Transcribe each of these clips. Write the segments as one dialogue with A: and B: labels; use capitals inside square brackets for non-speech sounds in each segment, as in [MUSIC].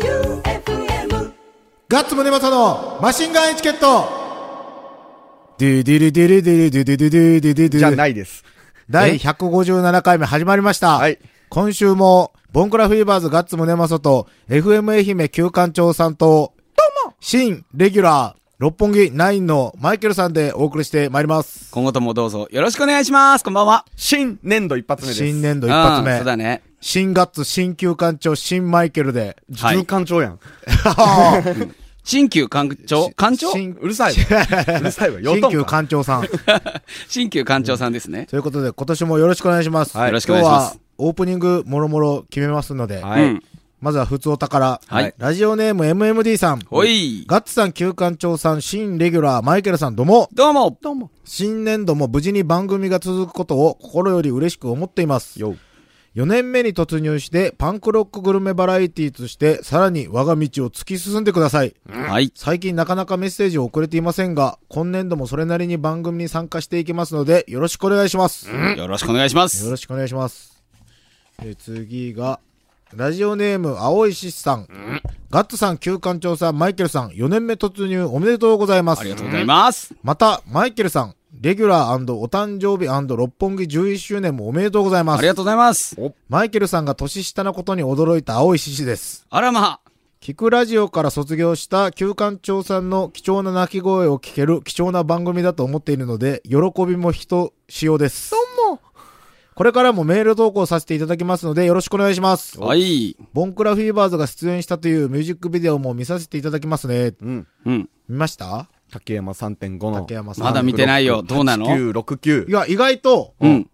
A: J-O-E-U-F-M
B: ガッツムネマソのマシンガンエチケットドゥドゥルドゥルドゥルドゥドゥドゥドゥドゥドゥ。
C: じゃないいです。
B: 第157回目始まりました。
C: はい。
B: 今週も、ボンクラフィーバーズガッツムネマソと、FM 愛媛旧館長さんと、新レギュラー、六本木ナインのマイケルさんでお送りしてまいります。
D: 今後ともどうぞよろしくお願いします。こんばんは。
C: 新年度一発目です。
B: 新年度一発
D: うんそうだ
B: 目。
D: ね。
B: 新ガッツ、新旧館長、新マイケルで。
D: はい
C: 中間長やん。
D: 新旧館長館長
B: 新
C: うるさい
B: [LAUGHS]
C: わ。うるさいわ。よ
B: 新
C: とん
B: 旧
C: か。
B: 館長さん。
D: 新旧館長さんですね。
B: ということで、今年もよろしくお願いします。
C: はいよ
D: ろしくお願いします
B: 今日は、オープニング、もろもろ決めますので、
C: は
D: う
C: い
D: ん。。
B: まずは、普通お宝。
D: はい
B: ラジオネーム、MMD さん。
D: おい。
B: ガッツさん、旧館長さん、新レギュラー、マイケルさん、どうも。
D: どうも。
C: どうも。
B: 新年度も無事に番組が続くことを心より嬉しく思っています。
C: よう。
B: 4年目に突入して、パンクロックグルメバラエティとして、さらに我が道を突き進んでください。
D: はい。
B: 最近なかなかメッセージを送れていませんが、今年度もそれなりに番組に参加していきますので、よろしくお願いします。
D: よろしくお願いしま
B: よ
D: す。
B: ろしくお願いします。えー次が、ラジオネーム、青い獅子さん。ガッツさん、旧館長さん、マイケルさん、4年目突入おめでとうございます。
D: ありがとうございます。
B: また、マイケルさん、レギュラーお誕生日六本木11周年もおめでとうございま
D: あり
B: す。
D: がとうございます。
B: マイケルさんが年下なことに驚いた青い獅子です。
D: あらまあ。
B: 聞くラジオから卒業した旧館長さんの貴重な泣き声を聞ける貴重な番組だと思っているので、喜びもひとしおです。どうも。これからもメール投稿させていただきますので、よろしくお願いします。
D: はい。
B: ボンクラフィーバーズが出演したというミュージックビデオも見させていただきますね。
C: うん。
D: うん。
B: 見ました
C: 竹山3.5の。
B: 竹山さん。
D: まだ見てないよ。どうなの
C: ?969
B: い。や、意外と、
D: うん。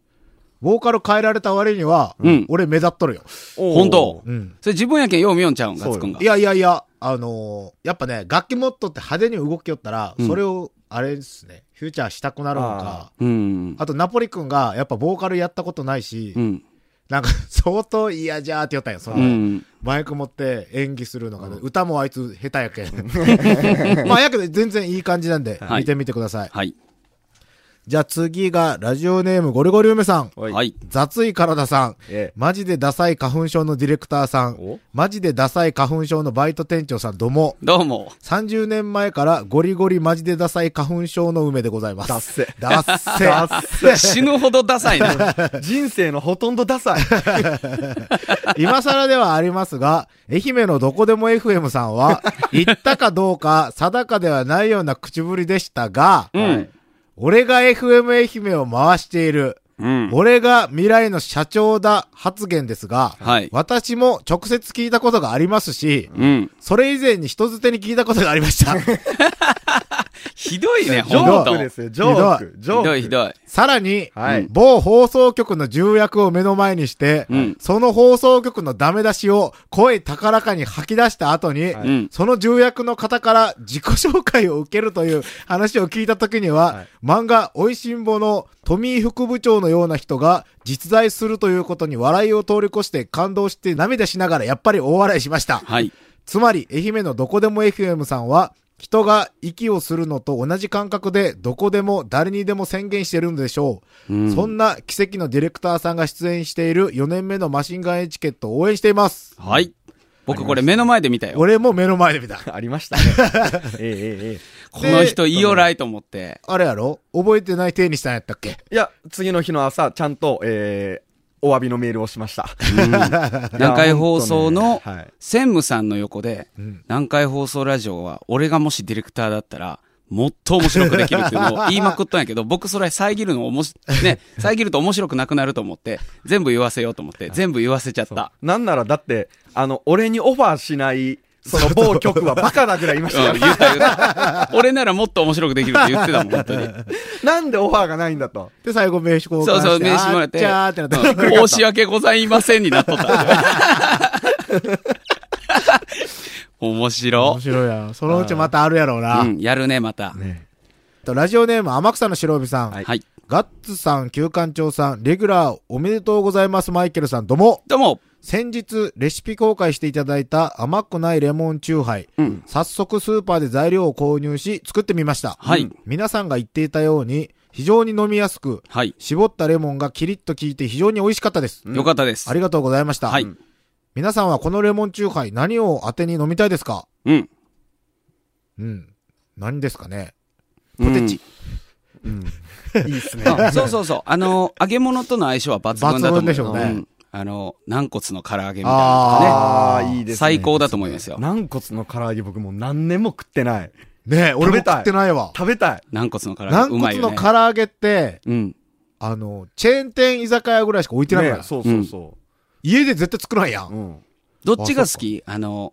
B: ボーカル変えられた割には、
D: うん
B: 俺目立っとるよ。
C: おー
D: 本当
B: うん。
D: それ自分やけんよう見よんちゃうん、
C: そう
D: ガ
C: よ
D: ツくんが
B: い。やいやいや、あのーやっぱね、楽器持っとって派手に動きよったら、
D: うん
B: それを、あれですね、フューチャーしたくなるのか。
D: うん
B: あ。と、ナポリ君が、やっぱボーカルやったことないし、
D: うん。
B: なんか、 [LAUGHS] 相当嫌じゃーって言ったんよ。その、
D: うん。
B: マイク持って演技するのがね、歌もあいつ下手やけん。
D: [LAUGHS]
B: [LAUGHS] まあ、やけど全然いい感じなんで、
D: はい
B: 見てみてください。
D: はい。
B: じゃあ次が、ラジオネームゴリゴリ梅さん。
C: は。
D: はいい。
B: 雑い体さん。
C: え
B: マジでダサい花粉症のディレクターさん
C: お。
B: マジでダサい花粉症のバイト店長さん、どうも。
D: どうも。
B: 30年前からゴリゴリマジでダサい花粉症の梅でございます。
C: ダッセ
B: ダッセ。
C: ダッセ
D: 死ぬほどダサいな。
C: 人生のほとんどダサい。
B: 今更ではありますが、愛媛のどこでも FM さんは、言ったかどうか定かではないような口ぶりでしたが、
D: うん。
B: 俺が FM 愛媛を回している、
D: うん。
B: 俺が未来の社長だ発言ですが、
D: はい
B: 私も直接聞いたことがありますし、
D: うん。
B: それ以前に人づてに聞いたことがありました。
D: ひどいね、
C: ジョ
D: ほん
C: ー
D: と。
C: クで
D: ひ
C: すよ。ジョーク。ジョーク。
D: どいひどい。
B: さらに、
C: はい
B: 某放送局の重役を目の前にして、
D: うん
B: その放送局のダメ出しを声高らかに吐き出した後に、
C: はい
D: うん。
B: その重役の方から自己紹介を受けるという話を聞いた時には、
C: はい
B: 漫画、おいしんぼの富井副部長のような人が実在するということに笑いを通り越して感動して涙しながらやっぱり大笑いしました。
D: はい。
B: つまり、愛媛のどこでも FM さんは、人が息をするのと同じ感覚で、どこでも誰にでも宣言してるんでしょう。
D: うん
B: そんな奇跡のディレクターさんが出演している4年目のマシンガンエチケットを応援しています。
D: はい。僕これ目の前で見たよ。
B: 俺も目の前で見た。
C: [LAUGHS] ありましたね。えええええ
D: この人いいよらいと思って。
B: あれやろ覚えてない体にしたんやったっけ
C: え。いや、次の日の朝、ちゃんと、えー、お詫びのメールをしました。
D: 南海放送の
C: はい
D: 専務さんの横で、南海放送ラジオは、俺がもしディレクターだったら、もっと面白くできるっていうの
C: [LAUGHS]
D: を言いまくったんやけど、僕それ遮るのおもし、ね、遮ると面白くなくなると思って、全部言わせようと思って、全部言わせちゃった。
C: なんならだって、あの、俺にオファーしない、その某局はバカだぐらい言いまし
D: う
C: たよ
D: ん、。言った言った。俺ならもっと面白くできるって言ってたもん、本当
C: [LAUGHS]
D: に。
C: [LAUGHS] なんでオファーがないんだと。
B: で、最後名刺交換して。
D: そうそう、名刺もらって。
B: あっちゃーってなった。 [LAUGHS]
D: うん申し訳ございませんになっとった。
C: [LAUGHS]
D: 面白
B: 面。白いやん。そのうちまたあるやろうな。
D: うん、やるね、また。
B: とラジオネーム、天草の白帯さん。
D: はい。
B: ガッツさん、旧館長さん、レギュラーおめでとうございます、マイケルさん、どうも。
D: どうも。
B: 先日、レシピ公開していただいた甘くないレモンチューハイ。
D: うん。
B: 早速スーパーで材料を購入し、作ってみました。
D: はい
B: うん皆さんが言っていたように、非常に飲みやすく、
D: はい。
B: 絞ったレモンがキリッと効いて非常に美味しかったです。
D: よかったです。
B: ありがとうございました。
D: はい。
B: 皆さんはこのレモンチューハイ何を当てに飲みたいですか
D: うん。
B: うん。何ですかね
D: ポ
C: テ
D: チ。
C: [LAUGHS] いいっすね。
D: あそうそうそう。あの、揚げ物との相性は抜群だと
B: 抜
D: 思うよ。
B: 群でしょうね
D: んあの、軟骨の唐揚げみたいなのとか
C: ああ、
B: ね
C: いいです
D: ね。
C: ね。
D: 最高だと思いますよ。
C: 軟骨の唐揚げ僕もう何年も食ってない。
B: ねえ、俺も食ってないわ。
C: 食べたい。
D: 軟骨の唐揚
B: 軟
D: げ。うまい
B: 骨
D: よ
B: の
D: ね。
B: 唐揚げって、
D: うん。
B: あの、チェーン店居酒屋ぐらいしか置いてないから。
C: ねそうそうそ
B: 家で絶対作らんや
C: う。
B: ん。
C: うん。
D: どっちが好きあの、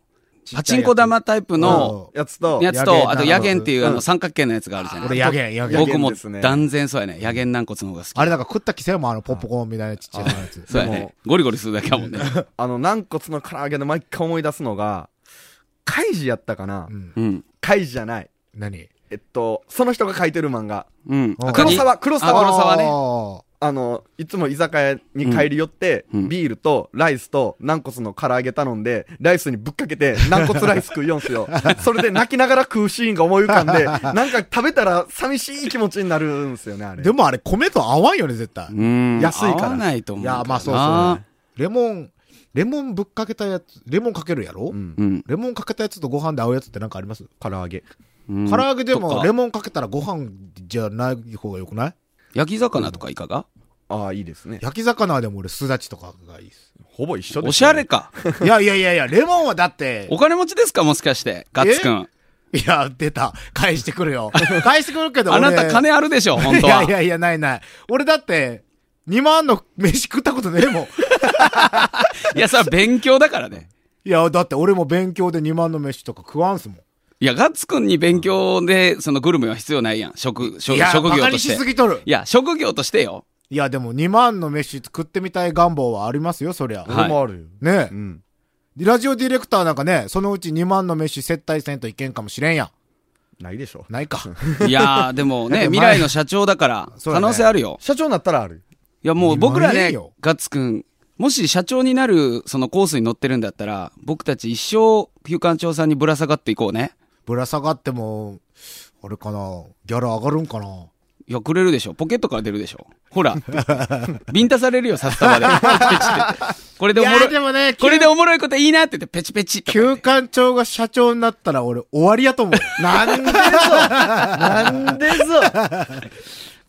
D: パチンコ玉タイプの
C: やつと、
D: やつ
B: 野
D: と、
B: 源
D: あとヤゲ
B: 軟
D: ン
B: 骨
D: っていうあ
C: う
D: の
C: ん
D: 三角形のやつがあるじゃな
B: 俺、
D: い。
B: やげん、やげん。
D: 僕
C: 野
D: も
C: 源ですね
D: 断然そうやね。ヤゲン軟骨の方が好き。
B: あれなんか食った気せんもんあの、ポップコーンみたいなちっちゃいやつ。
D: そうや
C: でも
D: ね。ゴリゴリするだけやもんね。
C: あの、軟骨の唐揚げの毎回思い出すのが、カイジやったかな
B: うん。
D: うん。
C: カイジじゃない。
B: 何
C: えっと、その人が書いてる漫画。
D: うん。
B: あ
C: 黒
D: 鍵
C: 沢、黒
D: あ
C: 沢。
D: 黒沢ね
B: ね。
C: あの、いつも居酒屋に帰り寄って、
D: うんうん
C: ビールとライスと軟骨の唐揚げ頼んで、ライスにぶっかけて軟骨ライス食うよんすよ。それで泣きながら食うシーンが思い浮かんで、なんか食べたら寂しい気持ちになるんすよね、あれ。
B: でもあれ、米と合わんよね、絶対。
D: うん。
C: 安いから
D: 合わないと思う。
B: いや、まあそうそうね。。レモン、レモンぶっかけたやつ、レモンかけるやろ、
C: うん。
D: うん。
B: レモンかけたやつとご飯で合うやつってなんかあります
C: 唐揚げ。
D: うん
B: 唐揚げで
D: と
B: も
D: か
B: レモンかけたらご飯じゃない方がよくない
D: 焼き魚とかいかが
C: ああ、いいですね。
B: 焼き魚でも俺すだちとかがいいです。
C: ほぼ一緒です、
D: おしゃれ。
B: [LAUGHS]
D: か。
B: いやいやいやいや、レモンはだって、
D: お金持ちですかもしかして。ガッツくん。
B: いや、出た。返してくる
D: [LAUGHS]
B: よ。返してくるけど
D: あ
B: 俺
D: なた金あるでしょ本当は。
B: いやいやいや、ないない。俺だって、2万の飯食ったことねえも
D: [LAUGHS]
B: ん。
D: いや、それは勉強だからね。
B: いや、だって俺も勉強で2万の飯とか食わんすもん。
D: いや、ガッツくんに勉強で、そのグルメは必要ないやん。職、職
B: いや、
D: 職
B: バ
D: 業
B: カ
D: と
B: に
D: し。
B: してすぎとる。
D: いや、職業としてよ。
B: いや、でも2万の飯食ってみたい願望はありますよ、そりゃ。
D: はい
C: 俺もあるよ。
B: ね
C: う
B: え。
C: ん。
B: ラジオディレクターなんかね、そのうち2万の飯接待せんといけんかもしれんや
C: ないでしょ
B: ん。。ないか。
D: [LAUGHS] いやー、でも
B: [LAUGHS]
D: ね、
B: だって
D: 未
B: 前
D: 来の社長だから、
B: そうだ
D: 可
B: ね
D: 能性あるよ。
C: 社長になったらある。
D: いや、もう僕ら
B: 間に合い
D: ね
B: よ、
D: ガッツくん、もし社長になる、そのコースに乗ってるんだったら、僕たち一生、旧館長さんにぶら下がっていこうね。
B: ぶら下がっても、あれかな、ギャラ上がるんかな。
D: いや、くれるでしょ。ポケットから出るでしょ。
B: [LAUGHS]
D: ほら。ビンタされるよ、札束で。ペチってこれでおもろい。
B: もね
D: これでおもろいこといいなって言って、ペチペチとか言っ
B: 休
D: て。
B: 館長が社長になったら俺終わりやと思う。なんで
C: なんでぞ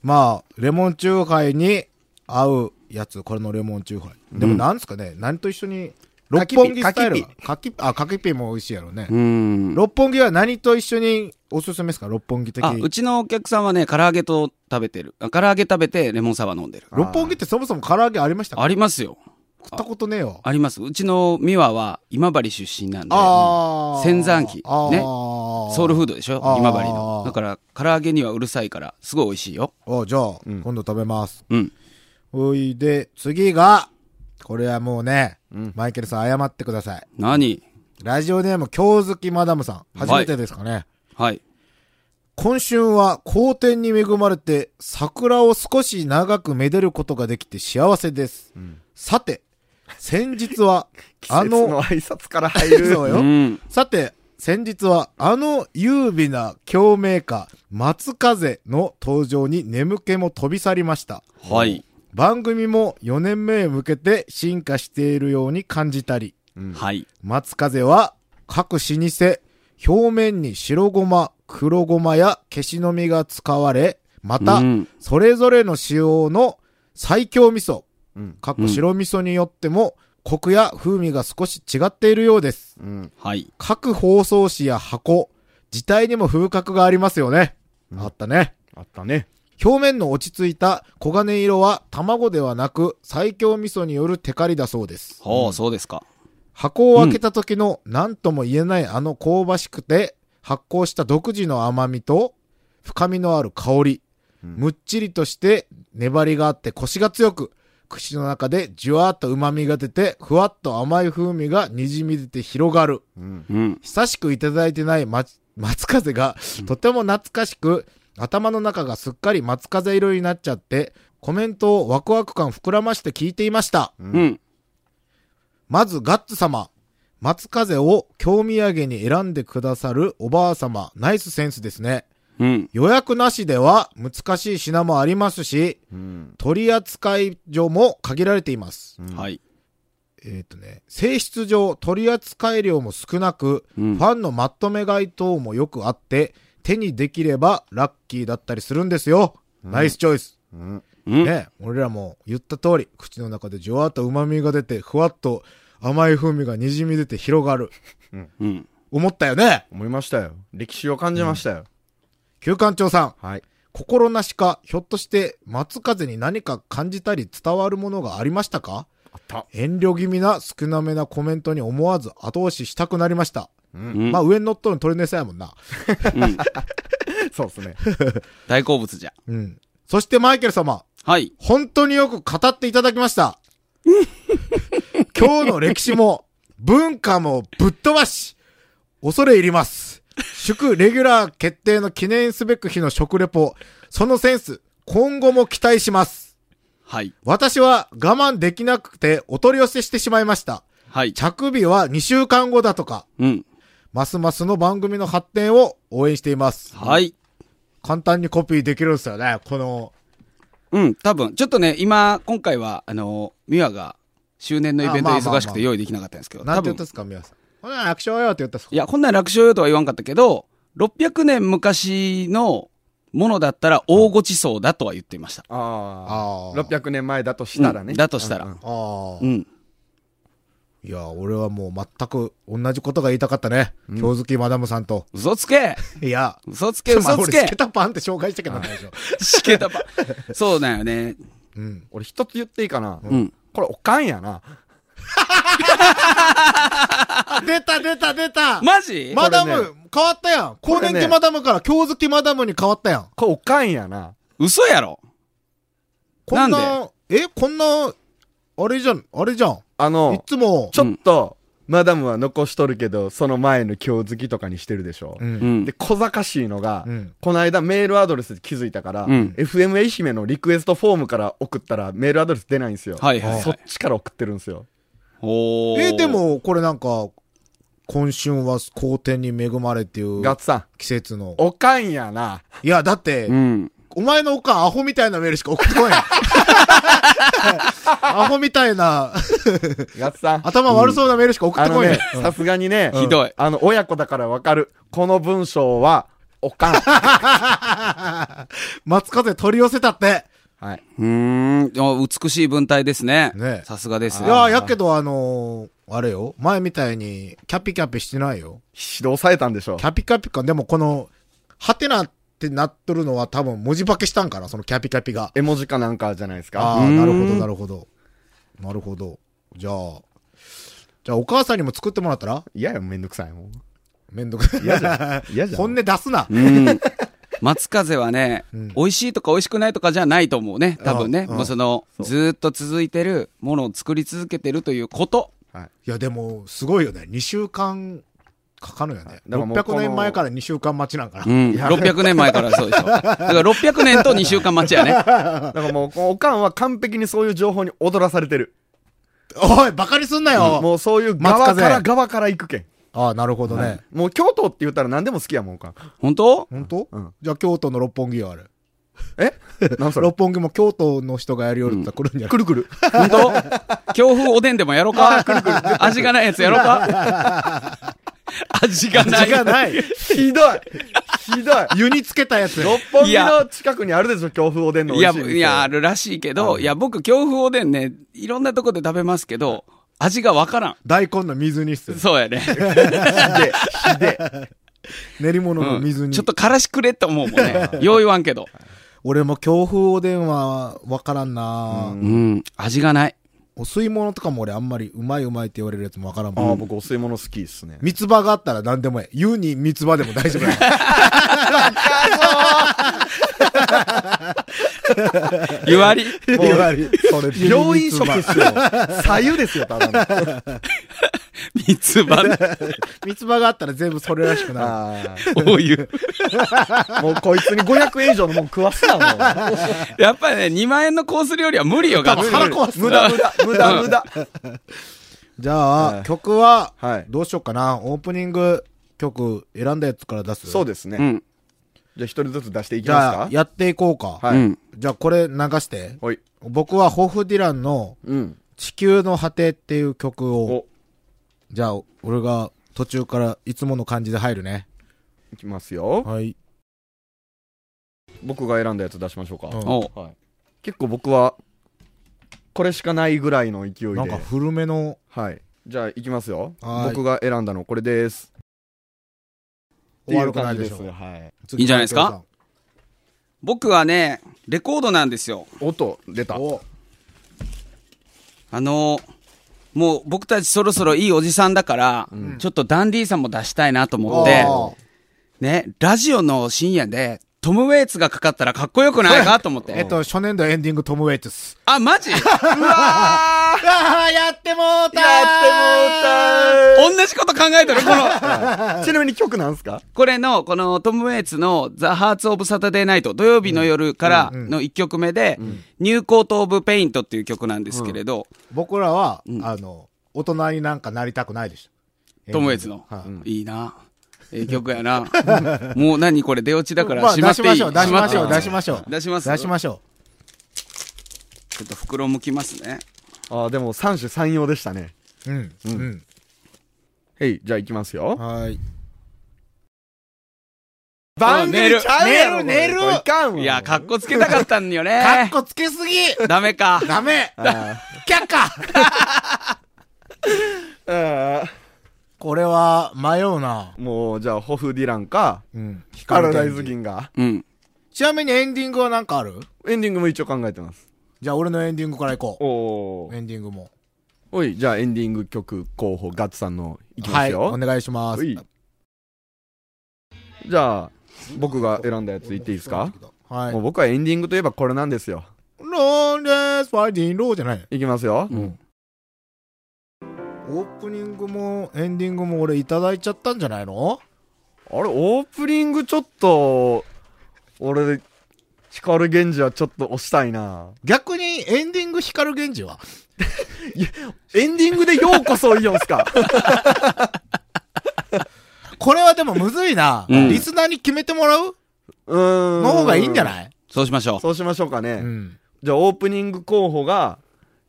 B: まあ、レモンチューハイに合うやつ、これのレモンチューハイ。でもなんですかね、何と一緒に、
C: か
B: 六
C: きピ
B: 本木スタイルが
C: かき。
B: かき、あ、かきピーも美味しいやろうね
D: う。ーん。
B: 六本木は何と一緒におすすめですか六本木的。
D: あ、うちのお客さんはね、唐揚げと食べてる。あ唐揚げ食べてレモンサワー飲んでる。
B: 六本木ってそもそも唐揚げありましたか
D: ありますよ。
B: 食ったことねえよ。
D: あります。うちの美和は今治出身なんで、
B: あー
D: うん仙山期
B: あー
D: ねソウルフードでしょ
B: あー
D: 今治の。だから、唐揚げにはうるさいから、すごい美味しいよ。
B: あ、じゃあ、
C: うん
B: 今度食べます。
D: うん。
B: おいで、次が、これはもうね、
C: うん
B: マイケルさん謝ってください。
D: 何
B: ラジオネーム、京月マダムさん。
D: はい
B: 初めてですかね。
D: はい。
B: 今春は好天に恵まれて、桜を少し長くめでることができて幸せです。
C: ん、
B: さて、先日は
C: [LAUGHS] 季
B: あ
C: 節
B: の
C: の、挨拶から入る。
B: そう
D: う
B: よ。
D: ん。
B: さて、先日は、あの優美な共鳴歌、松風の登場に眠気も飛び去りました。
D: はい。
B: 番組も4年目へ向けて進化しているように感じたり、
C: うん
D: はい。
B: 松風は各老舗、表面に白ごま、黒ごまや消しの実が使われ、また
D: う、ん
B: それぞれの使用の最強味噌、
C: うん。
B: かっこ白味噌によっても、コクや風味が少し違っているようです。
C: うん。
D: はい。
B: 各包装紙や箱、自体にも風格がありますよね。
C: うん
B: あったね。
C: あったね。
B: 表面の落ち着いた黄金色は卵ではなく最強味噌によるテカリだそうです。
D: ほう、そうですか。
B: 箱を開けた時の何とも言えないあの香ばしくて発酵した独自の甘みと深みのある香り、
C: うん
B: むっちりとして粘りがあってコシが強く口の中でじゅわーっと旨みが出てふわっと甘い風味がにじみ出て広がる
C: うん。
D: うん。
B: 久しくいただいてない松松風が、とても懐かしく、頭の中がすっかり松風色になっちゃって、コメントをワクワク感膨らまして聞いていました。
D: うん。
B: まずガッツ様。松風を興味上げに選んでくださるおばあ様、ナイスセンスですね。
D: うん。
B: 予約なしでは難しい品もありますし、
C: うん。
B: 取扱所も限られています。
D: はい。
B: えっ、とね、性質上取り扱い量も少なく、
D: うん
B: ファンのまとめ買い等もよくあって、手にできればラッキーだったりするんですよ。ナイスチョイス。
C: うん。
D: うん。
B: ね、俺らも言った通り、口の中でじゅわっと旨味が出て、ふわっと甘い風味がにじみ出て広がる。
D: うん。
B: 思ったよね
C: 思いましたよ。歴史を感じましたよ。
B: 旧館長さん、
C: はい。
B: 心なしか、ひょっとして、松風に何か感じたり伝わるものがありましたか
C: あった。
B: 遠慮気味な少なめなコメントに思わず後押ししたくなりました。
D: うん
B: まあ上に乗っとるの鳥の餌やもんな。
D: うん
C: そうですね。
D: 大好物じゃ。
B: うん。そしてマイケル様、
D: はい。
B: 本当によく語っていただきま
D: [LAUGHS]
B: した。今日の歴史も、文化もぶっ飛ばし、恐れ入ります。祝レギュラー決定の記念すべく日の食レポ、そのセンス、今後も期待します。
D: はい。
B: 私は我慢できなくてお取り寄せしてしまいました。
D: はい。
B: 着日は2週間後だとか、
D: うん。
B: ますますの番組の発展を応援しています。
D: はい。
B: 簡単にコピーできるんですよね、この。
D: うん。多分、ちょっとね、今、今回は、あの、ミワが、周年のイベント
B: あまあまあまあ
D: 忙しくて用意できなかったんですけど、
B: なん
D: 多
B: て言っ
D: 分
B: たん、ですか、皆さん。これは楽勝よって言ったんですか
D: いや、こんな楽勝よとは言わんかったけど、600年昔のものだったら大ごちそうだとは言っていました。
C: あ
B: あ
C: あ。
B: あ。
C: 600年前だとしたらね。
D: うんだとしたら
C: うんうん
B: ああ
D: う。ん。
B: いや、俺はもう全く同じことが言いたかったね。今日月マダムさんと。
D: 嘘つけ
B: いや。
D: 嘘つけ
B: [LAUGHS]
D: 嘘
B: まあ
D: つ
B: 俺
D: け
B: スケタパンって紹介したけどないでしょ。
D: し
B: [LAUGHS]
D: けたば。そうだよね。
B: うん。
C: 俺一つ言っていいかな。
D: うん。
C: これおかんやな。
B: あ、出た出た出た
D: マジ
B: マダ
C: これ
B: ム、変わったやん更
C: れね
B: 年期マダムから今日月マダムに変わったやん。
C: これおかんやな。
D: 嘘やろ
B: こん
D: な
B: な、え、こんな、あれじゃん、あれじゃん。
C: あ
B: い
C: の、
B: つも
C: ち、ょっと、マダムは残しとるけど、その前の今日好きとかにしてるでしょ
B: う。ん
D: う。ん
C: で、。小賢しいのが、
B: うん
C: この間メールアドレスで気づいたから、
D: うん
C: FM 愛媛のリクエストフォームから送ったらメールアドレス出ないんですよ。
D: はいはいはい
C: そっちから送ってるんですよ。
D: おー
B: えー、で、も、これなんか、今春は好天に恵まれっていう
C: ガッツさん、
B: 季節の。
C: おかんやな。
B: いや、だって
D: う、ん。
B: お前のおかんアホみたいなメールしか送ってこない。アホみたいな、
C: ガッツさん。
B: 頭悪そうなメールしか送っ
C: あ
B: て
C: の
B: こない
C: ね。、さすがにね、
D: ひどい
C: あの、親子だからわかる。この文章は、おかん。
B: 松風取り寄せたって。
C: はい。
D: うーん。あ美しい文体ですね。
B: ね
D: さすがです
B: い
D: よ。
B: や、やけどあのーあれよ。前みたいに、キャピキャピしてないよ。
C: 指導されたんでしょ
B: キャピキャピか。でもこの、ハテナってなっとるのは多分文字化けしたんかな、そのキャピキャピが。
C: 絵文字かなんかじゃないです
B: あ
C: か。
B: あ、
D: うん
B: なるほど、なるほど。なるほど。じゃあ、じゃあお母さんにも作ってもらったら
C: いやよ、めんどくさいもん。
B: めんどくさい。
C: 嫌じゃん。嫌じゃん。
B: [LAUGHS] 本音出すな。 [LAUGHS]
D: うん。松風はね、
B: ん
D: 美味しいとか美味しくないとかじゃないと思うね。多分ね。
B: ああ
D: もうその、ずーっと続いてるものを作り続けてるということ。
C: はい。
B: いや、でも、すごいよね。2週間かかるよね。
C: だからもうこ
B: 600
C: の
B: 年前から2週間待ちなんかな。
D: うん。600年前からそうでしょ。だから600年と2週間待ちやね。
C: だからもう、このおかんは完璧にそういう情報に踊らされてる。
B: おい、バカにすんなよ、
C: もうそういう
B: 松
C: 側
B: 風
C: から、側から行くけん。
B: ああ、なるほどね。
C: もう京都って言ったら何でも好きやもんおかん。
D: 本当
B: 本当、
C: うん
B: じゃあ、京都の六本木がある。 [LAUGHS]
C: え何それ
B: 六本木も京都の人がやるようだったら来るんじゃない、
C: くるくる。
D: 本当強風おでんでもやろうか味がないやつやろうか味がない。
B: 味がない。
C: [LAUGHS] ひどいひどい
B: 湯につけたやつ。
C: 六本
D: い
C: 木
D: や
C: の近くにあるでしょ、京風おでんの
D: い
C: 美
D: や、
C: 味しい店
D: いや、あるらしいけど、いや、僕、強風おでんね、いろんなとこで食べますけど、味がわから
B: 大根の水煮室
D: ん。。そうやね。
C: ひで、ひで。
B: 練り物の
D: うん
B: 水煮、
D: ちょっとからしくれって思うもんね。よう言わんけど。
B: 俺も京風おでんはわからんな、
C: う
D: うん、味がない。
B: お吸い物とかも俺あんまりうまいうまいって言われるやつもわからん
C: あ
B: も
C: あ、
B: ん。
C: 僕お吸い物好きっすね。
B: 三つ葉があったら何でもええ。湯に三つ葉でも大丈夫や。
D: 湯割り。
C: もう
B: 言われるそれ
C: 病院食っす [LAUGHS] よ。左右ですよ、ただの。
D: 三つ葉の
B: 三つ葉があったら全部それらしくなる。
C: あ
D: お湯。
C: あもうこいつに500円以上のもん食わすな、もう。
D: やっぱりね、2万円のコース料理は無理よ、がっつり
B: 腹壊す
C: 無駄、無駄、無駄、無駄。
B: じゃあ、
C: はい
B: 曲は、
C: はい
B: どうしようかな。オープニング曲選んだやつから出す。
C: そう
B: で
C: ですね。
D: うん。
C: じゃあ一人ずつ出していき
B: じゃ
C: ま
B: あ、
C: すか
B: やっていこうか。
C: はい
D: うん
B: じゃあ、これ流して。
C: はい。
B: 僕はホフディランの
C: うん。
B: 地球の果てっていう曲を
C: お、
B: じゃあ、俺が途中からいつもの感じで入るね。
C: いきますよ。
B: はい。
C: 僕が選んだやつ出しましょうか。
B: うん
D: お
C: はい、結構僕は、これしかないぐらいの勢いで。
B: なんか古めの、
C: はい。じゃあ、いきますよ。
B: はい
C: 僕が選んだのこれです。
B: 終わるくないでし
C: っ
B: ょ
C: ていう感じはい。
B: う。
D: いいんじゃないですか僕はね、レコードなんですよ。
C: 音、出た。
B: お
D: あのーもう僕たちそろそろいいおじさんだから、
C: うん
D: ちょっとダンディーさんも出したいなと思っ
B: で
D: て、、ね、ラジオの深夜で、トム・ウェイツがかかったらかっこよくないかと思って。
B: えっと、初年度エンディングトム・ウェイツス。
D: あ、マジうわー
B: ああ、やってもうた
D: 同じこと考えてるこの、
C: ちなみに曲なんすか
D: これの、このトム・ウェイツのザ・ハーツ・オブ・サタデー・ナイト、土曜日の夜からの1曲目で、ニューコート・オブ・ペイントっていう曲なんですけれど、
B: 僕らは、
D: ん
B: あの、大人になんかなりたくないでし
D: トム・ウェイツの、
B: はい
D: いいな。ええ曲やな。 [LAUGHS] もう何これ出落ちだ
B: た。
D: から
B: まあ、
D: 閉ま
B: 出
D: って
B: し
D: い
B: まし
D: い、
B: ょう、出しましょう、出
D: 閉ってい
B: し
D: い
B: ましょう。
D: 出します
B: 出しましょ
D: ちょっと袋向きますね。
C: ああ、でも三種三様でしたね。
B: う。うん、うん。
C: へい、じゃあいきますよ。
B: はい。
D: 番組ちゃうや
B: ろ
C: 寝る
B: これい
C: いかん
D: いや、かっこつけたかったんよね。
B: かっこつけすぎ
D: ダメか。
B: ダメ却下これは迷うな。
C: もう、じゃあ、ホフディランか、
B: うん。
C: パラダイズ銀河。
D: うん。
B: ちなみにエンディングは何かある
C: エンディングも一応考えてます。
B: じゃあ俺のエンディングからいこ
C: お
B: う。エンディングも。
C: おい、じゃあ、エンディング曲候補、ガッツさんの、いきま
B: は
C: す
B: い、
C: よ。
B: お願いしま
C: お
B: す
C: い。じゃあ、僕が選んだやつ言っていいですか
B: はい。
C: もう僕はエンディングといえばこれなんですよ。
B: ローレスファイディンローじゃない。
C: いきますよ。
D: うん。
B: オープニングもエンディングも俺いただいちゃったんじゃないの
C: あれ、オープニングちょっと、俺、光源氏はちょっと押したいな。
B: 逆にエンディング光源氏は
C: エンディングでようこそイオンっ
B: [LAUGHS]
C: すか
B: これはでもむずいな。
D: うん
B: リスナーに決めてもらう
C: うーん。
B: の方がいいんじゃ
C: い
B: ない
D: そうしましょう。
C: そうしましょうかね。
B: うん。
C: じゃあ、オープニング候補が、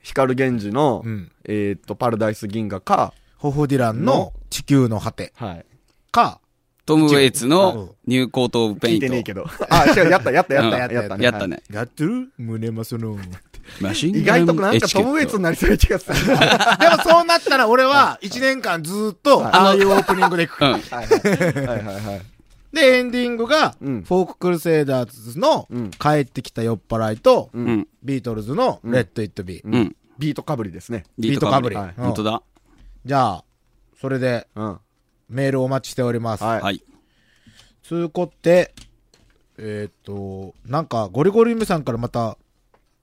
C: 光源氏の、
B: うん。
C: えーっと、パラダイス銀河か、
B: ホフディランの地球の果て
C: はい。
B: か、
D: トム・ウェイツ
B: うん
D: のニューコート・オブ・ペ
C: 聞
D: イ
C: い
D: ント。
C: てねえけど。 [LAUGHS] あ、違う、やった、やった、やった、
D: うん
C: やったやったね。
D: やったね。
B: やってる胸マスの。でも [LAUGHS]
D: マシン
C: はい。意外となんかトム・ウェイツになりそうな気がする。
D: [LAUGHS]
B: そうなったら俺は1年間ずーっとああいうオープニングでいく。
D: うん。
C: はいはいはいはいはい。
B: で、エンディングが、フ
C: うん
B: ォーククルセイダーズの
C: うん
B: 帰ってきた酔っ払いと、
C: う。
D: うんん。
B: ビートルズのレッド・イット・ビー。
D: うん。
C: ビートかぶりですね。
B: ビートかぶり。
D: リ
B: うん
C: はい
D: 本当だ。
B: じゃあ、それで
C: うん。
B: メールお待ちしております。
C: はい。
D: はい。
B: 通こって、えーっと、なんか、ゴリゴリ梅さんからまた、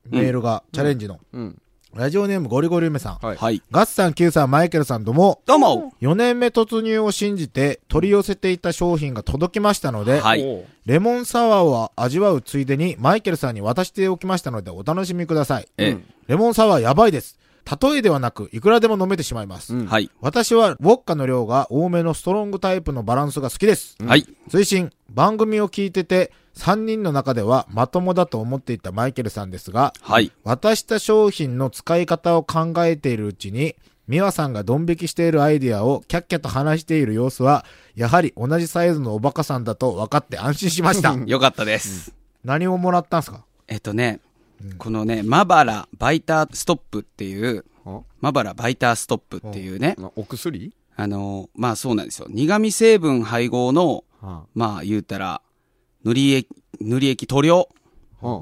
B: メールが、チャレンジの。
C: うん。
B: ラジオネームゴリゴリ梅さん。
C: はい。
D: はい。
B: ガッツさん、キューさん、マイケルさんどうも。
D: どうも
B: 4年目突入を信じて取り寄せていた商品が届きましたので、
D: はい
C: おう
B: レモンサワーを味わうついでにマイケルさんに渡しておきましたのでお楽しみください。
D: え
B: レモンサワーやばいです。例えではなく、いくらでも飲めてしまいます。
C: うん
D: はい。
B: 私は、ウォッカの量が多めのストロングタイプのバランスが好きです。
D: はい。
B: 推進、番組を聞いてて、3人の中ではまともだと思っていたマイケルさんですが、
D: はい。
B: 渡した商品の使い方を考えているうちに、美和さんがドン引きしているアイディアをキャッキャと話している様子は、やはり同じサイズのおバカさんだと分かって安心しま
D: [LAUGHS]
B: した。
D: よかったです。
B: 何をもらったんすか
D: えっとね、このね、マバラバイターストップっていう、
C: あ
D: マバラバイターストップっていうね、
C: なお薬
D: あの、まあそうなんですよ。苦味成分配合の、
C: は
D: まあ言うたら、塗り液、塗り液塗料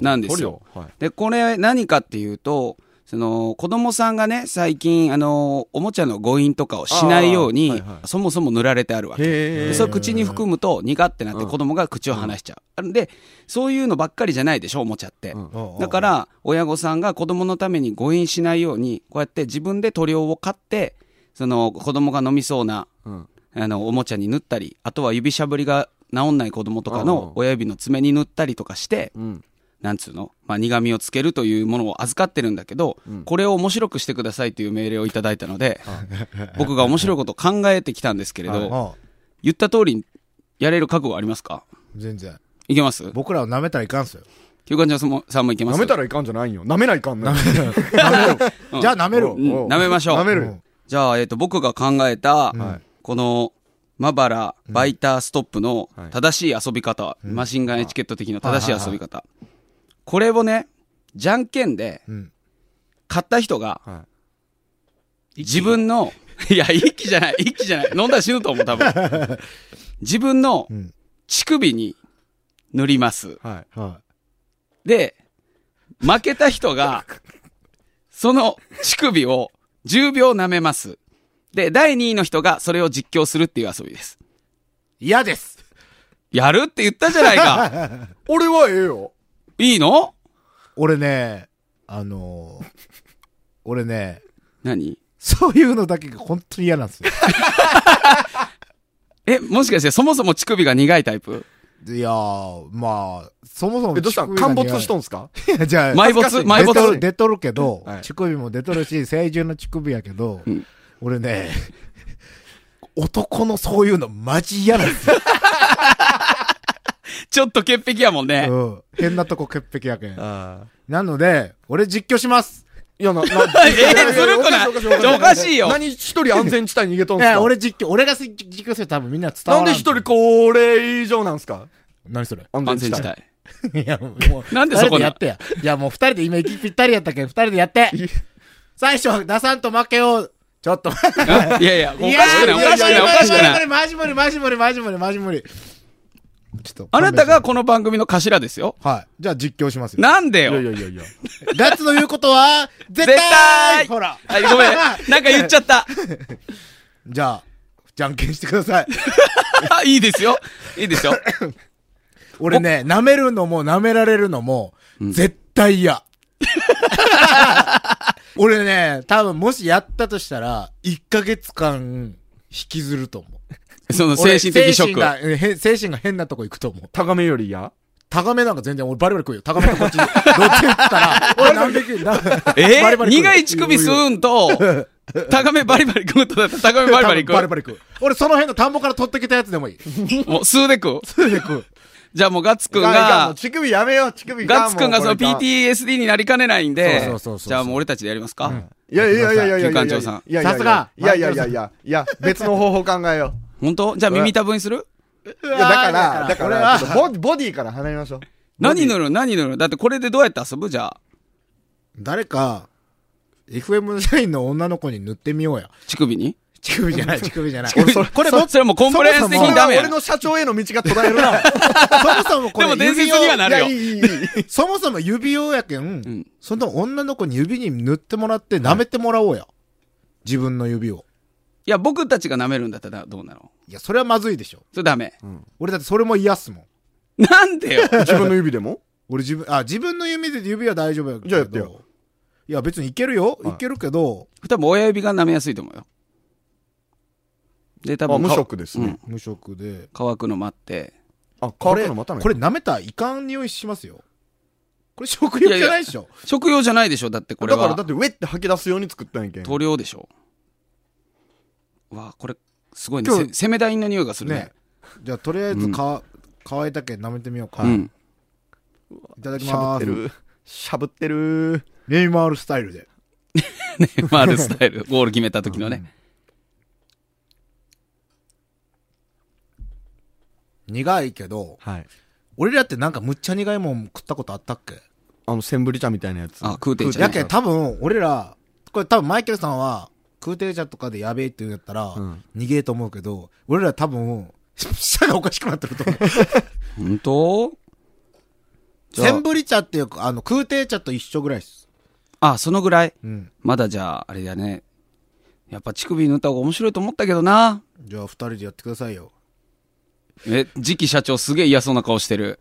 D: なんですよ。
C: 塗料はい。
D: で、これ何かっていうと、その、子供さんがね、最近、あの、おもちゃの誤飲とかをしないように、
C: あーはいはい
D: そもそも塗られてあるわけ。
C: へ
D: で
C: え。
D: それ口に含むと苦ってなって子供が口を離しちゃう。ん、で、そういうのばっかりじゃないでしょ、おもちゃって。
C: うん
D: だか、
B: うん
D: ら、親御さんが子供のために誤飲しないように、こうやって自分で塗料を買って、その、子供が飲みそうな、
C: うん。
D: あの、おもちゃに塗ったり、あとは指しゃぶりが治んない子供と
C: う
D: か
C: んうん
D: の親指の爪に塗ったりとかして、
C: うん。
D: なんつうの、まあ、苦味をつけるというものを預かってるんだけど、
C: うん
D: これを面白くしてくださいという命令をいただいたので、僕が面白いことを考えてきたんですけれ
B: う
D: ど、
B: んうん
D: 言った通りにやれる覚悟はありますか
B: 全然。
D: いけます
B: 僕らを舐めたらいかんすよ。
D: 休館長さんもさんもいけます
C: 舐めたらいかんじゃないんよ。舐めないかんね。
D: うん
B: じゃあ舐めろ
C: お
D: う。ん舐めましょう
C: 舐め
B: う
C: る
B: ん。
D: じゃあ、えっ、と、僕が考えた、
C: はい
D: この、マバラ、バイター、ストップの
C: はい
D: 正しい遊び方、マシンガンエチケット的な正しい遊び方。これをね、じゃんけんで、
B: うん
D: 買った人が、
C: は
D: 自分の、いや、一気じゃない、一気じゃない。飲んだら死ぬと思う、多分。
C: [LAUGHS]
D: 自分の
B: うん
D: 乳首に塗ります。
C: い。はい。
B: は
D: で、負けた人が、その乳首を10秒舐めます。で、第2位の人がそれを実況するっていう遊びです。
B: い。嫌です。
D: やるって言ったじゃない [LAUGHS] か。
C: 俺はええよ。
D: いいの
B: [LAUGHS] 俺ね、あのー、俺ね、
D: 何
B: そういうのだけが本当に嫌なんですよ。
D: え、もしかしてそもそも乳首が苦いタイプ
B: いやー、まあ、そもそも。
C: え、どうしたん陥没しとんすか
B: いやじゃあ、
C: 恥ず
D: 埋
C: か
D: 没
C: しい
D: 埋
B: 出とる
D: 没
B: 出とるけど、
C: はい
B: 乳首も出とる
C: [LAUGHS]
B: し、成獣の乳首やけど、
D: うん
B: 俺ね、男のそういうのマジ嫌なんですよ。
D: ちょっと潔癖やもんね。
B: うん、変なとこ潔癖やけん。
C: ああ。
B: なので、俺実況します。
C: いや、な、な、え
D: [LAUGHS] えー、ずる
C: [LAUGHS]
D: くないおかしいよ。
C: 何一人安全地帯逃げとん
B: い
C: すか
B: や、俺実況、俺が実況すると多分みんな伝わ
C: な
B: ら
C: んで一人これ以上なんすか
B: 何
C: [LAUGHS]
B: それ
C: 安
D: 安
C: 全
D: 全
C: 地帯。
D: 地帯。
B: いや、もう。
D: なんでそ
B: 二
D: こ
B: 人
D: な
B: やってや。いや、もう二人で今息ぴったりやったけん、二人でや
C: [LAUGHS]
B: って。最初、出さんと負けを、ちょっと。
D: いやいや、おかしくない、おかしくない、おかしくない。
B: マジ無理、マジ無理、マジ無理、マジ無理。ちょっと。
D: あなたが、この番組の頭ですよ。
B: はい。じゃあ実況しますよ。
D: なんで
C: い
D: よ。
C: やいやいやいや。
B: ガッツの言うことは、絶対
D: 絶対
B: ほら。
D: はい、ごめん。なんか言っちゃった。
B: [LAUGHS]
D: [LAUGHS]
B: じゃあ、じゃんけんしてください。
D: いいですよ。いいですよ。
B: 俺ね、舐めるのも舐められるのも、絶対嫌。 [LAUGHS] 俺ね、多分もしやったとしたら、1ヶ月間、引きずると思う。
D: その精神的ショッ
B: 俺精神が
D: ク。
B: えへん精神が変なとこ行くと思う。
C: 高めより嫌
B: タガメなんか全然、俺バリバリ食うよ。タガメとこっち、どっ [LAUGHS] ち行ったら、俺何匹、
D: [LAUGHS] え
B: バリ
D: ー
B: バリ食うよ
D: 苦い乳首吸うんと、高めバリバリ食うとだったら高めバリ
B: バ
D: バリ
B: リ
D: 食
B: バリ食う。俺その辺の田んぼから取ってきたやつで
D: [LAUGHS]
B: もいい。
D: う。もう吸うで食う。
B: それで食う。
D: じゃあもうガッツくん
C: いかんいかんも
D: が
C: う、乳首やめよう、乳首いか
D: ガッツくんがその
C: もうこれいかん
D: PTSD になりかねないん
B: そう
D: で
B: そうそう、そう
D: じゃあもう俺たちでやりますか。
C: いやいやいやいやいやいやいや。
D: 旧館長さん
C: いやいやいや
B: さすが
C: いやいやいやいや。いや、別の方法考えよ
D: 本当じゃあ耳たぶにする
B: [LAUGHS]
C: う。いや、だから、だ
B: だ
C: か
B: から俺
C: ら、
B: は
C: ちょっとボディボディから離れましょう。
D: 何塗る何塗るだってこれでどうやって遊ぶじゃあ。
B: 誰か、FM 社員の女の子に塗ってみようや。
D: 乳首に
B: 乳首じゃない、乳首じ
D: [LAUGHS]
B: ゃない。
D: こ
B: 俺
D: れ
B: そこれも、
D: それもうコンプライアンス的
B: そも
D: に
B: そも
D: ダメや
C: 俺の社長への道が途絶える
D: [LAUGHS]
C: な。
B: そもそもこ
D: で
B: れ
D: も伝説
B: 指
D: に
B: 輪
D: はなるよ
C: い。やいいいいいい。
D: [LAUGHS]
B: そもそも指輪やけん、
D: ん
B: その女の子に指に塗ってもらって舐めてもらおうや。自分の指を。
D: いや、僕たちが舐めるんだったらどうなの
B: いや、それはまずいでしょ。
D: それダメ。
B: 俺だってそれも嫌っすもん。
D: なんでよ。
C: 自分の指でも
B: 俺自分、あ、自分の指で指は大丈夫やけど。
C: じゃあやってよ。
B: いや、別にいけるよ。
C: はい
B: いけるけど、
D: 多分親指が舐めやすいと思うよ。で、多
C: あ、
D: 分
C: 無
D: か
C: 職ですね。
B: 無職で。
D: 乾くの待って。
C: あ、
B: こ
C: 乾
B: れ、
C: くの
B: こ
C: またね。
B: れ舐めたらいかん匂いしますよ。これ食欲じゃないでしょ。
D: 食用じゃないでしょだってこれ
C: だから
D: は
C: だってウェって吐き出すように作ったんやけん。
D: 塗料でしょわあこれすごいね
B: 今
D: せ
B: 日
D: 攻め台の匂いがするね
B: ね。じゃあ、とりあえずか、乾いたけん舐めてみようか。
D: う
B: い
D: ん
B: ただき
C: しゃぶ
B: ま
C: って
B: す。
C: る。しゃぶってる。
B: ネイマールスタイルで。
D: ネ [LAUGHS] イマールスタイルゴール決めた時のね、
B: 苦いけど、
C: はい。
B: 俺らってなんかむっちゃ苦いもん食ったことあったっけ
C: あの、センブリ茶みたいなやつ。
D: あ食うてんじゃ
B: や
D: ん
B: けん多分、俺ら、これ多分マイケルさんは、空挺茶とかでやべえって言うんやったら、
C: ん
B: 逃げえと思うけど、俺ら多分、 [LAUGHS] 舌がおかしくなってると思う。
D: 本当じゃあ
B: センブリ茶っていうか、あの、空挺茶と一緒ぐらいです。
D: あそのぐらい
B: うん。
D: まだじゃああれだねやっぱ乳首塗った方が面白いと思ったけどな
B: じゃあ、二人でやってくださいよ。
D: え次期社長すげえ嫌そうな顔してる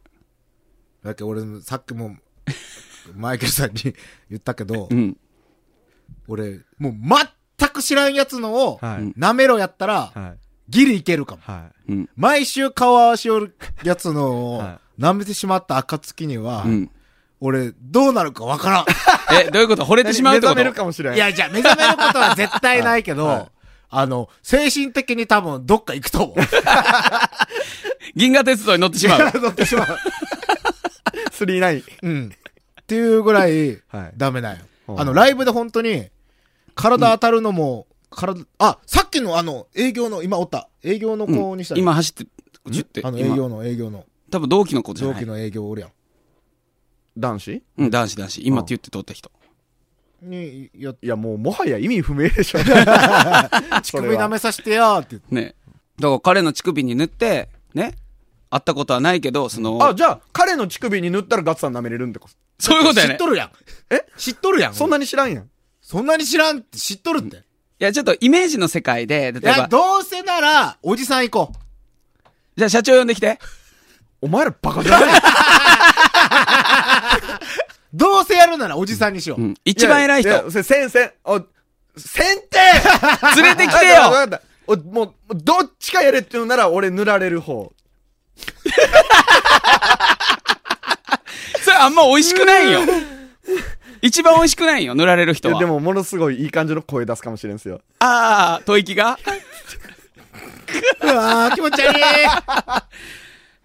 B: だけど俺、さっきも、マイケルさんに [LAUGHS] 言ったけど
D: う、ん
B: 俺、もう全く知らんやつのを、
C: はい。
B: 舐めろやったら、
C: はい。
B: ギリいけるかも。
C: は
D: うん
B: 毎週顔合わしよるやつのを
C: は、
B: 舐めてしまった暁には
D: う、ん
B: 俺、どうなるかわからん。
D: えどういうこと惚れ
C: い。
D: てしまうってこ
C: 目覚める
D: と
C: かもしれん。
B: いや、じゃあ目覚めることは絶対ない
C: [LAUGHS]
B: けど、あの、精神的に多分どっか行く
C: [LAUGHS]
B: と思う。
D: 銀河鉄道に乗ってしまう
C: [LAUGHS]
B: 乗ってしまう。
C: 39。
B: うん。っていうぐらい
C: はい、
B: ダメだよ。
C: うん
B: あの、ライブで本当に、体当たるのも、体、あ、さっきのあの、営業の、今おった。営業の子にしたら、
D: 今走って、ジュって、
B: あの、営
D: 今、
B: 業の、営業の、
D: 多分同期の子じゃ
B: 上
D: な
B: 記
D: い。
B: の営業おるやん。
C: 男子
D: うん、男子男子。今って言って通った人。
B: に、や、
C: いや、もう、もはや意味不明でしょ。
B: 乳首舐めさせてやーって言って。
D: ね。だから彼の乳首に塗って、ね。会ったことはないけど、その、
C: あ、じゃあ、彼の乳首に塗ったらガッツさん舐めれるんってこと
D: そういうことや
B: 知
D: ね
B: っ。とるやん。
C: え
B: 知っとるやん。
C: そんなに知らんやん。
B: そんなに知らんって知っとるって。
D: いや、ちょっとイメージの世界で、
B: い
D: 例え
B: や、
D: ば、
B: どうせなら、おじさん行こ
D: じゃあ社長呼んできて。
C: お前らバカじゃない
B: う。どうせやるならおじさんにしよう。
D: うん。一番偉い人、
C: や
D: 連
C: やせせんせん、お、せんって
D: れ
C: [LAUGHS]
D: てきて
C: わか
D: よ
C: ったわかったおもう、どっちかやれっていうなら俺塗られる方。
D: それあんま美味しくないよ。一番美味しくないよ、塗られる人
C: で
D: は。
C: でも、ものすごいいい感じの声出すかもしれんすよ。
D: ああ、吐息が
B: うわー、気持ち悪
D: [LAUGHS]
B: い。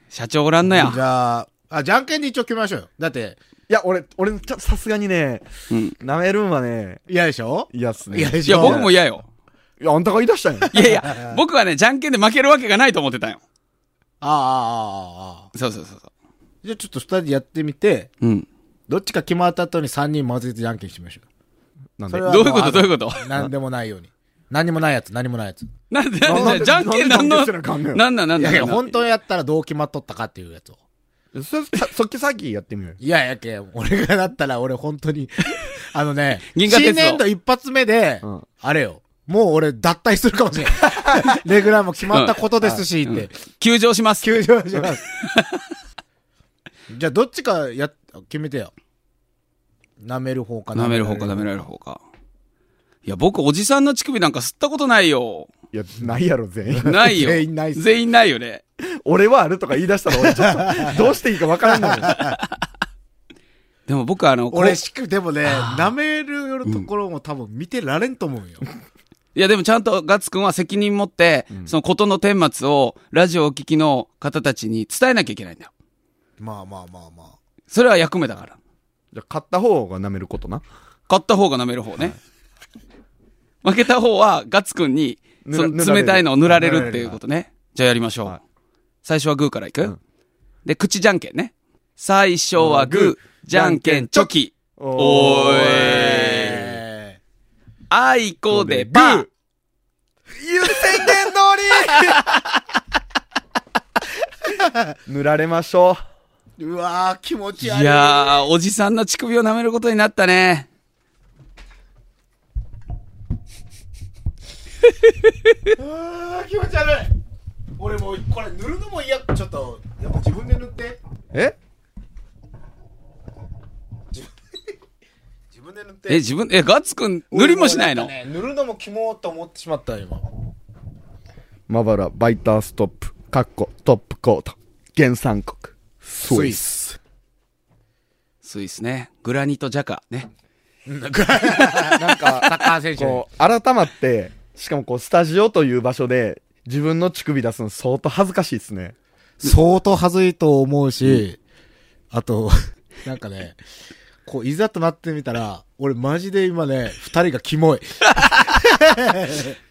D: 社長おらんのや
B: じ。ゃあ、あ、じゃんけんで一応決めましょうよ。だって、
C: いや、俺、俺、ちょっとさすがにね、
D: うん。
C: 舐めるんはね、
B: 嫌でしょ
C: 嫌っすね。
B: 嫌で
D: い
B: し
D: や、
B: ょ
D: 僕も嫌よ。
C: いや、あんたが言い出したんや。
D: いやいや、僕はね、じゃんけんで負けるわけがないと思ってたよ。
B: ああ、ああ、ああ。
D: そうそうそうそ
B: じゃあちょっと二人でやってみて、
D: う。うん。
B: どっちか決まった後に三人混ぜてじゃんけんしてみましょ
C: なん
B: う。そ
C: で
B: れは
D: どういうこと
B: も
D: どういうこと
B: あのなんでもないように。何にもないやつ、何もないやつ。い
D: なんで、なん
C: なん
D: で、
C: で
D: じゃんけんなん
C: なん
D: の、
C: でなんでなんで
D: なんなんなん
B: や
D: だ
B: いや、
D: よ。
B: 本当にやったらどう決まっとったかっていうやつを。
C: そ、さそっきさっきやってみようよ。
B: いやいやけん、俺がだったら俺本当に、 [LAUGHS] あのね、
D: 銀河鉄
B: 新
D: 道
B: 年度一発目で、
C: うん
B: あれよ、もう俺脱退するかもしれない。
D: [LAUGHS]
B: レギュラーも決まったことですし、って、
D: 休場します。
B: 休場します。じゃあどっちかや、決めてよ。舐める方か
D: 舐める方か舐められる方か。いや、僕、おじさんの乳首なんか吸ったことない
B: [LAUGHS]
D: よ。
C: いや、ないやろ、全員。
D: ないよ。
B: 全員ないっす
D: 全員ないよね。
C: 俺はあるとか言い出したら、俺ちょっと、どうしていいかわからんのよ。
D: でも僕、あの、こう
B: 俺、しく、でもね、舐めるよるところも多分見てられんと思う
D: [LAUGHS]
B: よ。
D: いや、でもちゃんとガッツくんは責任持って、そのことの顛末を、ラジオをお聞きの方たちに伝えなきゃいけないんだよ。
B: まあまあまあま
D: それは役目だから。
C: じゃ、買った方が舐めることな。
D: 勝った方が舐める方ね。負けた方は、ガッツくんに、
C: ぬ
D: そ
C: ら塗
D: の
C: られ
D: 冷
C: る
D: たいのを塗られ
B: 塗ら
D: る
B: れる
D: っていうことね。じゃあやりましょ。
C: はいう
D: 最初はグーからいく
C: ん
D: で、口じゃんけんね。最初はグー
C: グ、ー
D: じゃんけんチョキ。
C: お
D: お
C: ー
D: ー
B: あ。
D: え
B: え
D: あいこで
C: グー
D: ば
C: 言
D: ー
C: う宣言通り塗られましょ
B: ーうわー、気持ち
D: い
B: 悪い。
D: やー、おじさんの乳首を舐めることになったね。
B: あー気持ち悪い俺もうこれ塗るのも嫌ちょっとやっぱ自分で塗って
C: う。え
B: 自分で塗っ
D: え、
B: て
D: 自分、え、ガッツくん、塗りもしないの
B: 俺もんかね塗るのもキモーと思ってしまった今
C: まばら、バイターストップ、カッコ、トップコート、原産国、スイス。
B: ス
D: スイスね。グラニトジャカね。
C: なん
B: サ
C: か、
B: ッカー選手
C: こう、改まって、しかもこう、スタジオという場所で、自分の乳首出すの相当恥ずかしいですね。
B: 相当恥ずいと思うし、あと [LAUGHS] なんかねこういざとなってみたら俺マジで今ね二人がキモい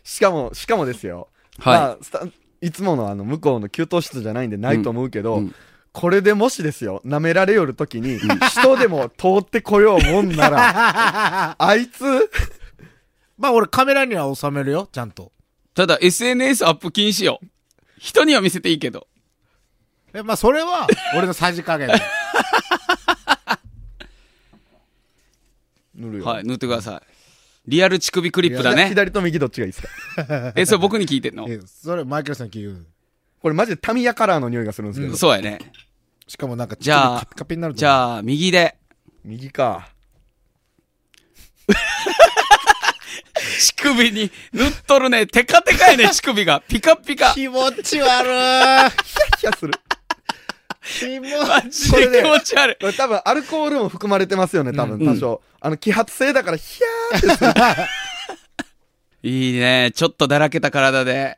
C: しかも、しかもですよ。
D: はい
C: まあスタいつものあの、向こうの給湯室じゃないんでないと思うけど、
D: うんうん
C: これでもしですよ、舐められよるときに、人でも通ってこようもんなら、
D: [LAUGHS]
C: あいつ、
B: まあ俺カメラには収めるよちゃんと
D: ただ、SNS アップ禁止よ。人には見せていいけど。
B: えまあそれは俺のさじ加減
C: 塗るよ。
D: はい、塗ってください。リアル乳首クリップだ
C: 左
D: ね。
C: 左と右どっちがいいですか
D: え、それ僕に聞いてんの
B: えそれマイケルさん聞く
C: これマジでタミヤカラーの匂いがするんですけど。
D: そうやね。
B: しかもなんか
D: じゃあ
B: カピカピになると
D: じゃあ、右で。
C: 右か。
D: 乳首に塗っとるね。テカテカやね、乳首が。ピカピカ。
B: 気持ち悪
C: キャする。
B: い気持
D: マジで気持ち悪い。
C: これ多分アルコールも含まれてますよね、多分、多少。あの、揮発性だから、ヒャーって
D: いいね。ちょっとだらけた体で。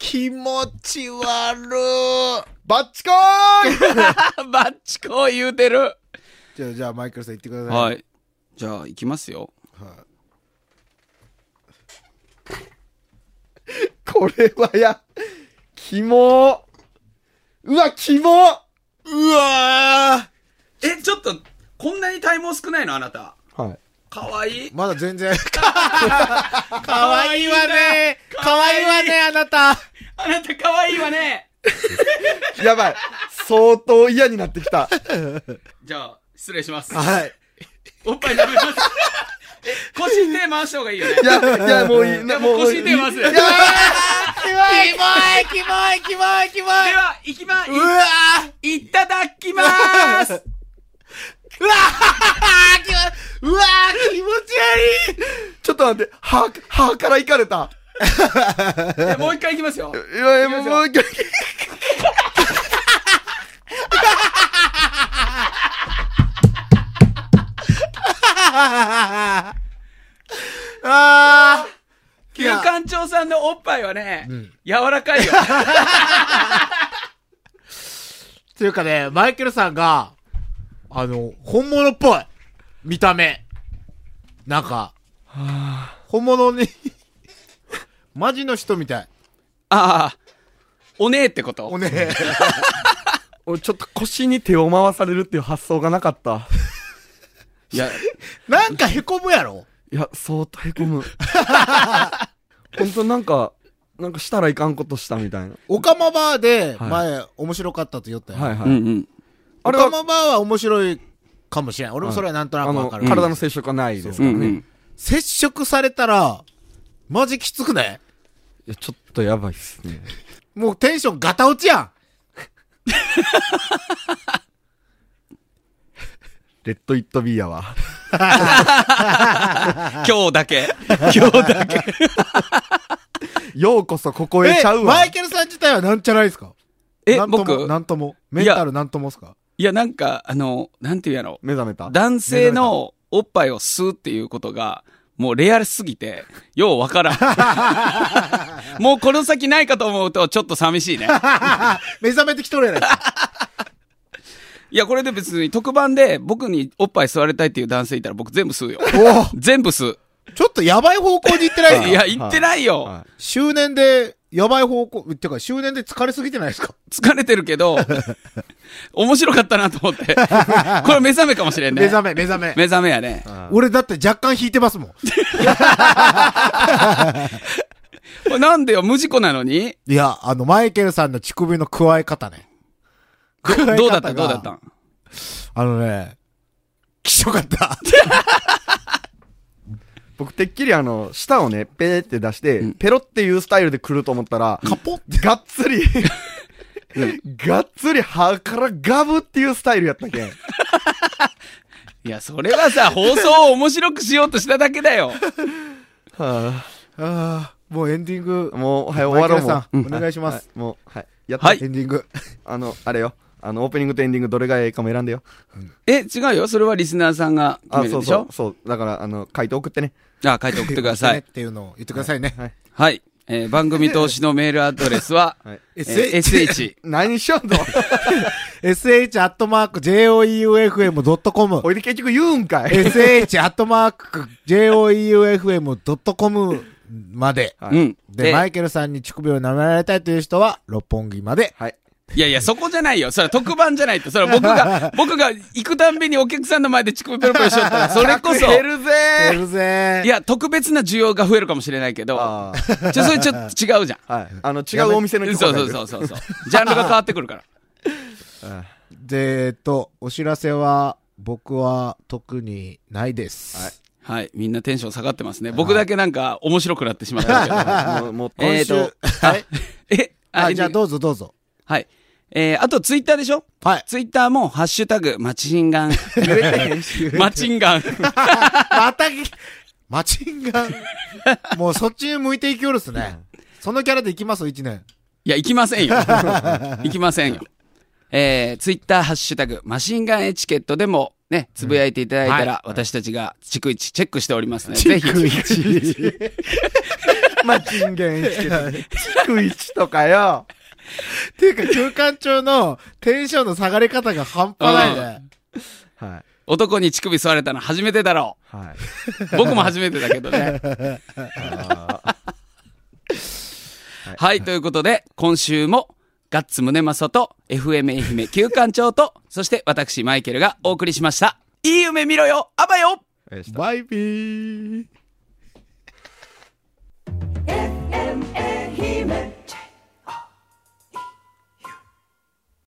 B: 気持ち悪
C: バッチコーイ
D: バッチコー言うてる。
B: じゃあ、じゃあ、マイケルさん言ってください。
D: はい。じゃあ、行きますよ。
C: これはや、キモうわ、キモ
D: うわえ、ちょっと、こんなに体毛少ないのあなた。
C: はい。
D: かわいい。
B: まだ全然。 [LAUGHS] かわいいわね。かわいいわね、あなた。
D: あなたかわいいわね。
C: やばい。相当嫌になってきた。
D: じゃあ、失礼します。
B: はい。
D: おっぱい舐めます。え、腰手回した方がいいよね。
C: いや、いや、もういい。
D: いやもう腰手回す。で
C: いや
B: キモい、キモい、キモい、キモい。
D: は、行きま、
B: うわ
D: い、いただきま
B: [LAUGHS]
D: ーす。
B: うわ気持ち悪い
C: ちょっと待って、歯、歯からいかれた。
D: いやもう一回行きますよ。
C: いや、いやもうもう一回。
B: ああ
D: 旧館長さんのおっぱいはね、柔らか
B: [LAUGHS]
D: いよ。
B: っていうかね、マイケルさんが、あの、本物っぽい。見た目。なんか、本物に、マジの人みたい。
D: ああ、おねえってこと
B: おねえ。
C: 俺ちょっと腰に手を回されるっていう発想がなかった。
D: いや、
B: なんか凹むやろ
C: いや、相当へこむ。本当なんか、なんかしたらいかんことしたみたいな。
B: オカマバーで、
C: い
B: 前、面白かったと言ったよ。
C: はいは
D: う
C: い。
D: んうん。
B: オ
C: あれ
B: カ
C: は、
B: マバーは面白いかもしれない。俺もそれはなんとな
C: あ
B: く
C: の、
B: わかる。
C: 体の接触はないです
D: う
C: から
D: んう
C: ね。い
D: ん。
B: 接触されたら、マジきつくね
C: や、ちょっとやばいっすね。
B: もうテンションガタ落ちやん。
C: レッド・イット・ビーやわ。
D: 今日
B: [LAUGHS]
D: だけ。今日だけ。
C: ようこそここへちゃうわ
B: マ。イケルさん自体はなんちゃらいですか
D: え
B: な、んとも
D: 僕、
B: なんとも。メンタルなんともっすか
D: いや、なんか、あの、なんていうんやろ。
C: 目覚めた。
D: 男性のおっぱいを吸うっていうことが、もうレアルすぎて、ようわからん。
B: [LAUGHS]
D: もうこの先ないかと思うと、ちょっと寂しいね。
B: 目覚めてきとるやないか。
D: いや、これで別に特番で僕におっぱい吸われたいっていう男性いたら僕全部吸うよ。
B: おお
D: 全部吸う。
B: ちょっとやばい方向に行ってないですか
D: いや、言ってないよ。
C: は
B: 周年で、やばい方向、ってか、周年で疲れすぎてないですか
D: 疲れてるけど、
B: [LAUGHS]
D: 面白かったなと思って。これ目覚めかもしれんね。
B: 目覚め、目覚
D: 目
B: め。
D: 覚めやね。
B: 俺だって若干引いてますもん。
D: これなんでよ、無事故なのに
B: いや、あの、マイケルさんの乳首の加え方ね。加え方が
D: どうだったどうだったん
B: あのね、きしょかった。
C: 僕、てっきりあの、舌をね、ペーって出して、ペロっていうスタイルで来ると思ったら、
B: カポって。
C: がっつり、がっつり歯からガブっていうスタイルやったけん。
D: いや、それはさ、放送を面白くしようとしただけだよ。
C: は
B: ああ、もうエンディング
C: あ、。もう、はい、終
B: マイ
C: わ
B: ケル
C: ろうもう
B: さん、お願いしま
C: はい
B: す。
C: もう、はい。やった。
D: は
C: はいい。
B: エンディング。
C: あの、あれよ。あの、オープニングとエンディングどれがええかも選んでよ。
D: え、違うよ。それはリスナーさんが決
C: あ、
D: める
C: そ
D: ん
C: う
D: でし
C: そ
D: ょ
C: う。そう。だから、あの、書いて送ってね。
D: じゃあ、書いて送ってくだ
B: [LAUGHS]
D: さ
B: ねっ
D: い。
B: ていうのを言ってくださいね。
D: はい。えー番組投資のメールアドレスは、
C: はい。
D: え
B: SH
D: ー SH。
C: 何しよんの
B: sh.joeufm.com
C: おいで結局言うんかい。
B: sh.joeufm.com まで。
C: は
D: う
C: い
D: ん。
B: で、マイケルさんに乳首を舐められたいという人は、六本木まで。
C: はい。
D: いやいや、そこじゃないよ。それは特番じゃないって。それは僕が、僕が行くたんびにお客さんの前で乳首ペロペロしよったら、それこそ、
C: 減る
B: や
C: ぜ
B: るぜ
D: いや、特別な需要が増えるかもしれないけど、
C: ー
D: ち
C: あー
D: ょ、それちょっと違うじゃん。
C: はい。あの、違うお店の。
D: そうそうそう
C: [LAUGHS]
D: うそうそう。ジャンルが変わってくるから。
B: で、えっと、お知らせは、僕は特にないです。
C: はい
D: はい。みんなテンション下がってますね。僕だけなんか面白くなってしまった
C: [LAUGHS]
D: けど。
C: もう、もう、
D: えーと、
B: [LAUGHS] はい。
D: え、
B: あ、じゃあ
D: う
B: どうぞどうぞ。
D: はい。えー、あとツイッターでしょ
B: はい。
D: ツイッターも、ハッシュタグ、マチンガン。
C: [LAUGHS] 揺れてへんし。
D: [LAUGHS] マチンガン。
B: またぎ、マチンガン。もうそっちに向いていきよるっすね。そのキャラでいきます、一年。
D: [LAUGHS] いや、行きま [LAUGHS] せんよ。行きませんよ。えー、ツイッターハッシュタグ、マシンガンエチケットでも、ね、つぶやいていただいたら、
B: うんは
D: 私たちが、逐一チェックしておりますので、ぜひ、
B: 一。
C: な人間一逐一とかよ。
B: ていうか、休館中のテンションの下がり方が半端ないね。
C: はい。
D: 男に乳首吸われたの初めてだろ
C: [LAUGHS] はい。
D: う。 [LAUGHS] 僕も初めてだけどね。はい、ということで、今週も、ガッツムネマソと、FM 愛媛旧館長と、そして私、マイケルがお送りしました。いい夢見ろよあばよ
C: えーした
B: バイビー。